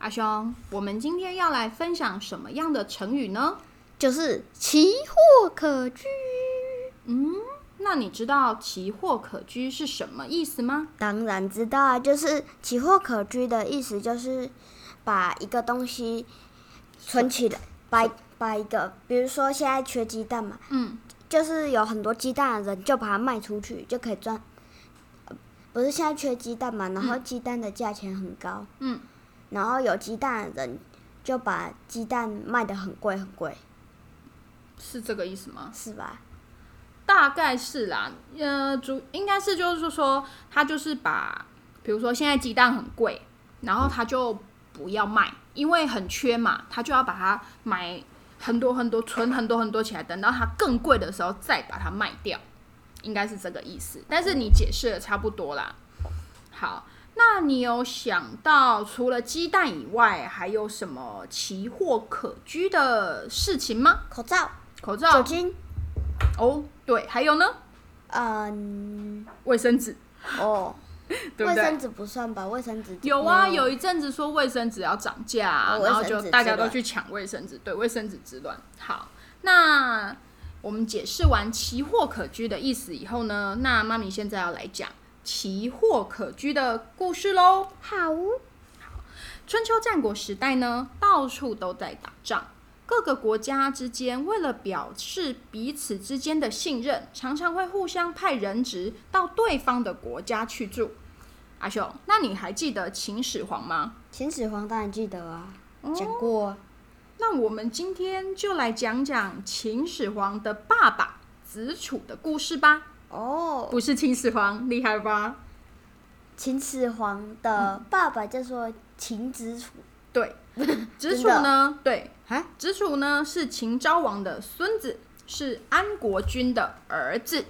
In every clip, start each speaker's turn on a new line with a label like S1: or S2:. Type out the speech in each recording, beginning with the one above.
S1: 阿雄，我们今天要来分享什么样的成语呢？
S2: 就是奇货可居。
S1: 嗯，那你知道“奇货可居”是什么意思吗？
S2: 当然知道啊，就是奇货可居的意思，就是把一个东西存起来，把把一个，比如说现在缺鸡蛋嘛，
S1: 嗯，
S2: 就是有很多鸡蛋的人就把它卖出去，就可以赚。呃不是现在缺鸡蛋嘛，然后鸡蛋的价钱很高，
S1: 嗯，
S2: 然后有鸡蛋的人就把鸡蛋卖得很贵很贵，
S1: 是这个意思吗？
S2: 是吧？
S1: 大概是啦，呃，主应该是就是说，他就是把，比如说现在鸡蛋很贵，然后他就不要卖，因为很缺嘛，他就要把它买很多很多，存很多很多起来，等到它更贵的时候再把它卖掉，应该是这个意思。但是你解释的差不多啦。好，那你有想到除了鸡蛋以外，还有什么奇货可居的事情吗？
S2: 口罩、
S1: 口
S2: 酒
S1: 罩
S2: 精，
S1: 哦，对，还有呢，
S2: 嗯，
S1: 卫生纸。
S2: 哦，
S1: 对不
S2: 卫生
S1: 对？
S2: 纸不算吧？卫生纸嗯
S1: 有啊，
S2: 没
S1: 有一阵子说卫生纸要涨价、啊
S2: 哦
S1: 然后
S2: 卫生
S1: 就
S2: 纸之
S1: 大家都
S2: 乱
S1: 去抢卫生纸，对，卫生纸之乱。好，那我们解释完奇货可居的意思以后呢，那妈咪现在要来讲奇货可居的故事喽。
S2: 好哦。
S1: 春秋战国时代呢，到处都在打仗，各个国家之间为了表示彼此之间的信任，常常会互相派人质到对方的国家去住。阿雄，那你还记得秦始皇吗？
S2: 秦始皇当然记得啊，
S1: 哦
S2: 讲过啊、
S1: 那我们今天就来讲讲秦始皇的爸爸子楚的故事吧。
S2: 哦。
S1: 不是秦始皇，厉害吧？
S2: 秦始皇
S1: 嗯
S2: 的爸爸叫做秦子楚
S1: 对，子
S2: 真
S1: 楚
S2: 的
S1: 呢？对，
S2: 啊，
S1: 子楚呢是秦昭王的孙子，是安国君的儿子。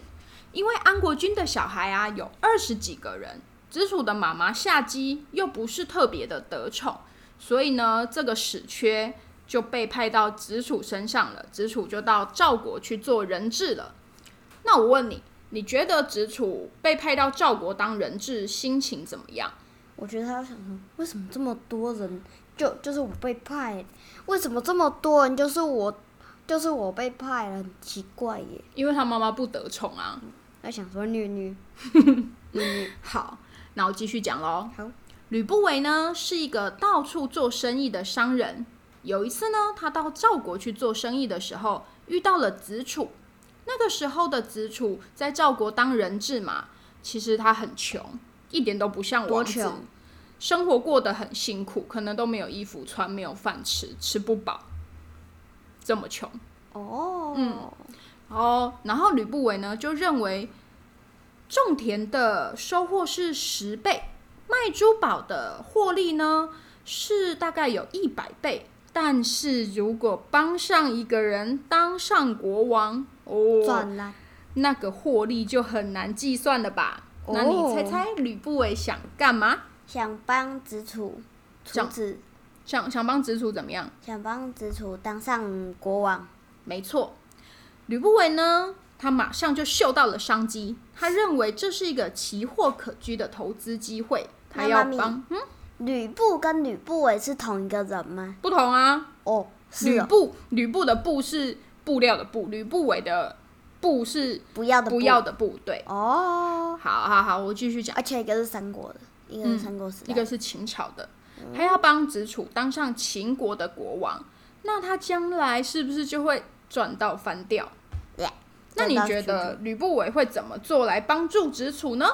S1: 因为安国君的小孩啊有二十几个人，子楚的妈妈夏姬又不是特别的得宠，所以呢这个死缺就被派到子楚身上了，子楚就到赵国去做人质了。那我问你，你觉得子楚被派到赵国当人质心情怎么样？
S2: 我觉得他想说，为什么这么多人就就是我被派，为什么这么多人就是我就是我被派了，很奇怪耶。
S1: 因为他妈妈不得宠啊。
S2: 他想说虐虐，
S1: 好，那我继续讲喽。
S2: 好，
S1: 吕不韦呢是一个到处做生意的商人。有一次呢，他到赵国去做生意的时候，遇到了子楚。那个时候的子楚在赵国当人质嘛，其实他很穷，一点都不像
S2: 多
S1: 王子
S2: 穷，
S1: 生活过得很辛苦，可能都没有衣服穿，没有饭吃，吃不饱，这么穷。
S2: 哦，
S1: 嗯哦，然后吕不韦呢就认为种田的收获是十倍，卖珠宝的获利呢是大概有一百倍。但是如果帮上一个人当上国王，哦，
S2: 赚啦，
S1: 那个获利就很难计算了吧？那你猜
S2: 哦
S1: 猜吕不韦想干嘛？
S2: 想帮子楚
S1: 这
S2: 楚
S1: 样
S2: 子，
S1: 想想帮子楚怎么样？
S2: 想帮子楚当上国王，
S1: 没错，吕不韦呢，他马上就嗅到了商机，他认为这是一个奇货可居的投资机会，他
S2: 那
S1: 要
S2: 妈咪
S1: 帮嗯
S2: 吕布跟吕不韦是同一个人吗？
S1: 不同啊，
S2: 哦，是
S1: 吕
S2: 哦，
S1: 布吕布的布是布料的布，吕不韦的布是
S2: 不要的
S1: 不要的布，对，
S2: 哦，
S1: 好好好，我继续讲，
S2: 而且一个是三国的，一个是三国时代，嗯
S1: 一个是秦朝的，他要帮子楚当上秦国的国王。那他将来是不是就会赚到翻掉？
S2: Yeah，
S1: 那你
S2: 赚到
S1: 觉得
S2: 出
S1: 吕不韦会怎么做来帮助子楚呢？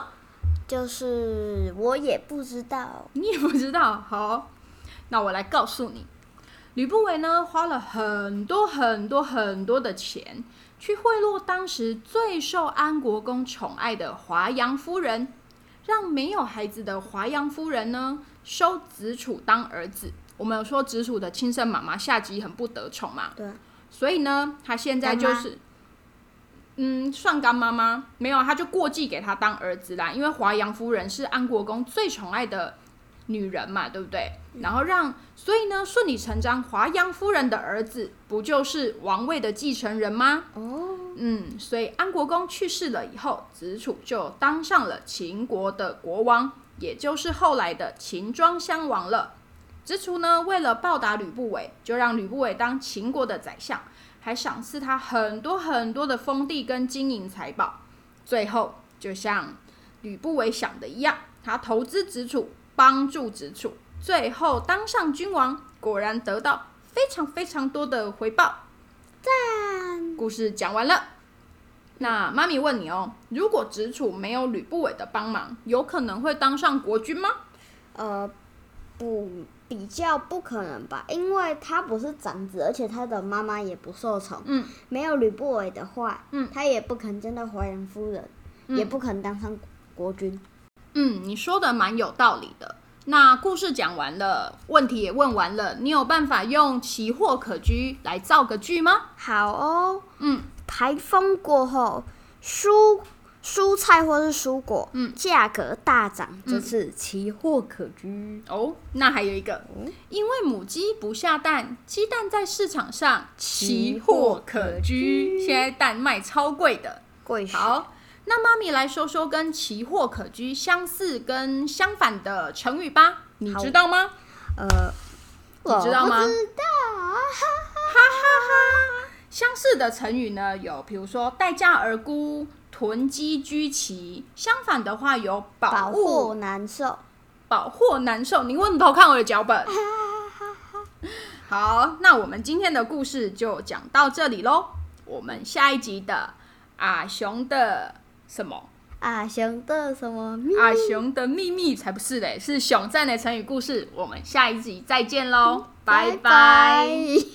S2: 就是我也不知道，
S1: 你也不知道。好，那我来告诉你，吕不韦呢花了很多很多很多的钱去贿赂当时最受安国公宠爱的华阳夫人，让没有孩子的华阳夫人呢收子楚当儿子。我们有说子楚的亲生妈妈下集很不得宠嘛，
S2: 对啊，
S1: 所以呢，她现在就
S2: 干妈
S1: 是。嗯，算干妈吗？没有，啊她就过继给他当儿子啦。因为华阳夫人是安国公最宠爱的女人嘛，对不对？然后让，所以呢，顺理成章，华阳夫人的儿子不就是王位的继承人吗？
S2: 哦，
S1: 嗯，所以安国公去世了以后，子楚就当上了秦国的国王，也就是后来的秦庄襄王了。子楚呢，为了报答吕不韦，就让吕不韦当秦国的宰相，还赏赐他很多很多的封地跟金银财宝。最后，就像吕不韦想的一样，他投资子楚，帮助子楚，最后当上君王，果然得到非常非常多的回报。故事讲完了。那妈咪问你哦，如果子楚没有吕不韦的帮忙，有可能会当上国君吗？
S2: 呃，不，比较不可能吧，因为他不是长子，而且他的妈妈也不受宠。
S1: 嗯，
S2: 没有吕不韦的话，
S1: 嗯
S2: 他也不肯见到华阳夫人，也不肯当上国君。
S1: 嗯，你说的蛮有道理的。那故事讲完了，问题也问完了，你有办法用奇货可居来造个句吗？
S2: 好哦，
S1: 嗯，
S2: 台风过后，蔬蔬菜或是蔬果，
S1: 嗯
S2: 价格大涨，这是奇货可居。
S1: 哦，那还有一个，因为母鸡不下蛋，鸡蛋在市场上奇
S2: 奇
S1: 货
S2: 货
S1: 可
S2: 可
S1: 居，
S2: 居
S1: 现在蛋卖超贵的。
S2: 贵死
S1: 好，那妈咪来说说跟奇货可居相似跟相反的成语吧，你知道吗？
S2: 呃，我
S1: 知道吗
S2: 不知道，
S1: 哈哈哈！相似的成语呢，有比如说待价而沽、囤积居奇；相反的话有保
S2: 保
S1: 护
S2: 护难受。
S1: 饱获难受。你问头看我的脚本。好，那我们今天的故事就讲到这里喽。我们下一集的阿雄的什么？
S2: 啊，熊的什么咪？
S1: 阿雄的秘密才不是嘞，是熊赞的成语故事。我们下一集再见喽，拜拜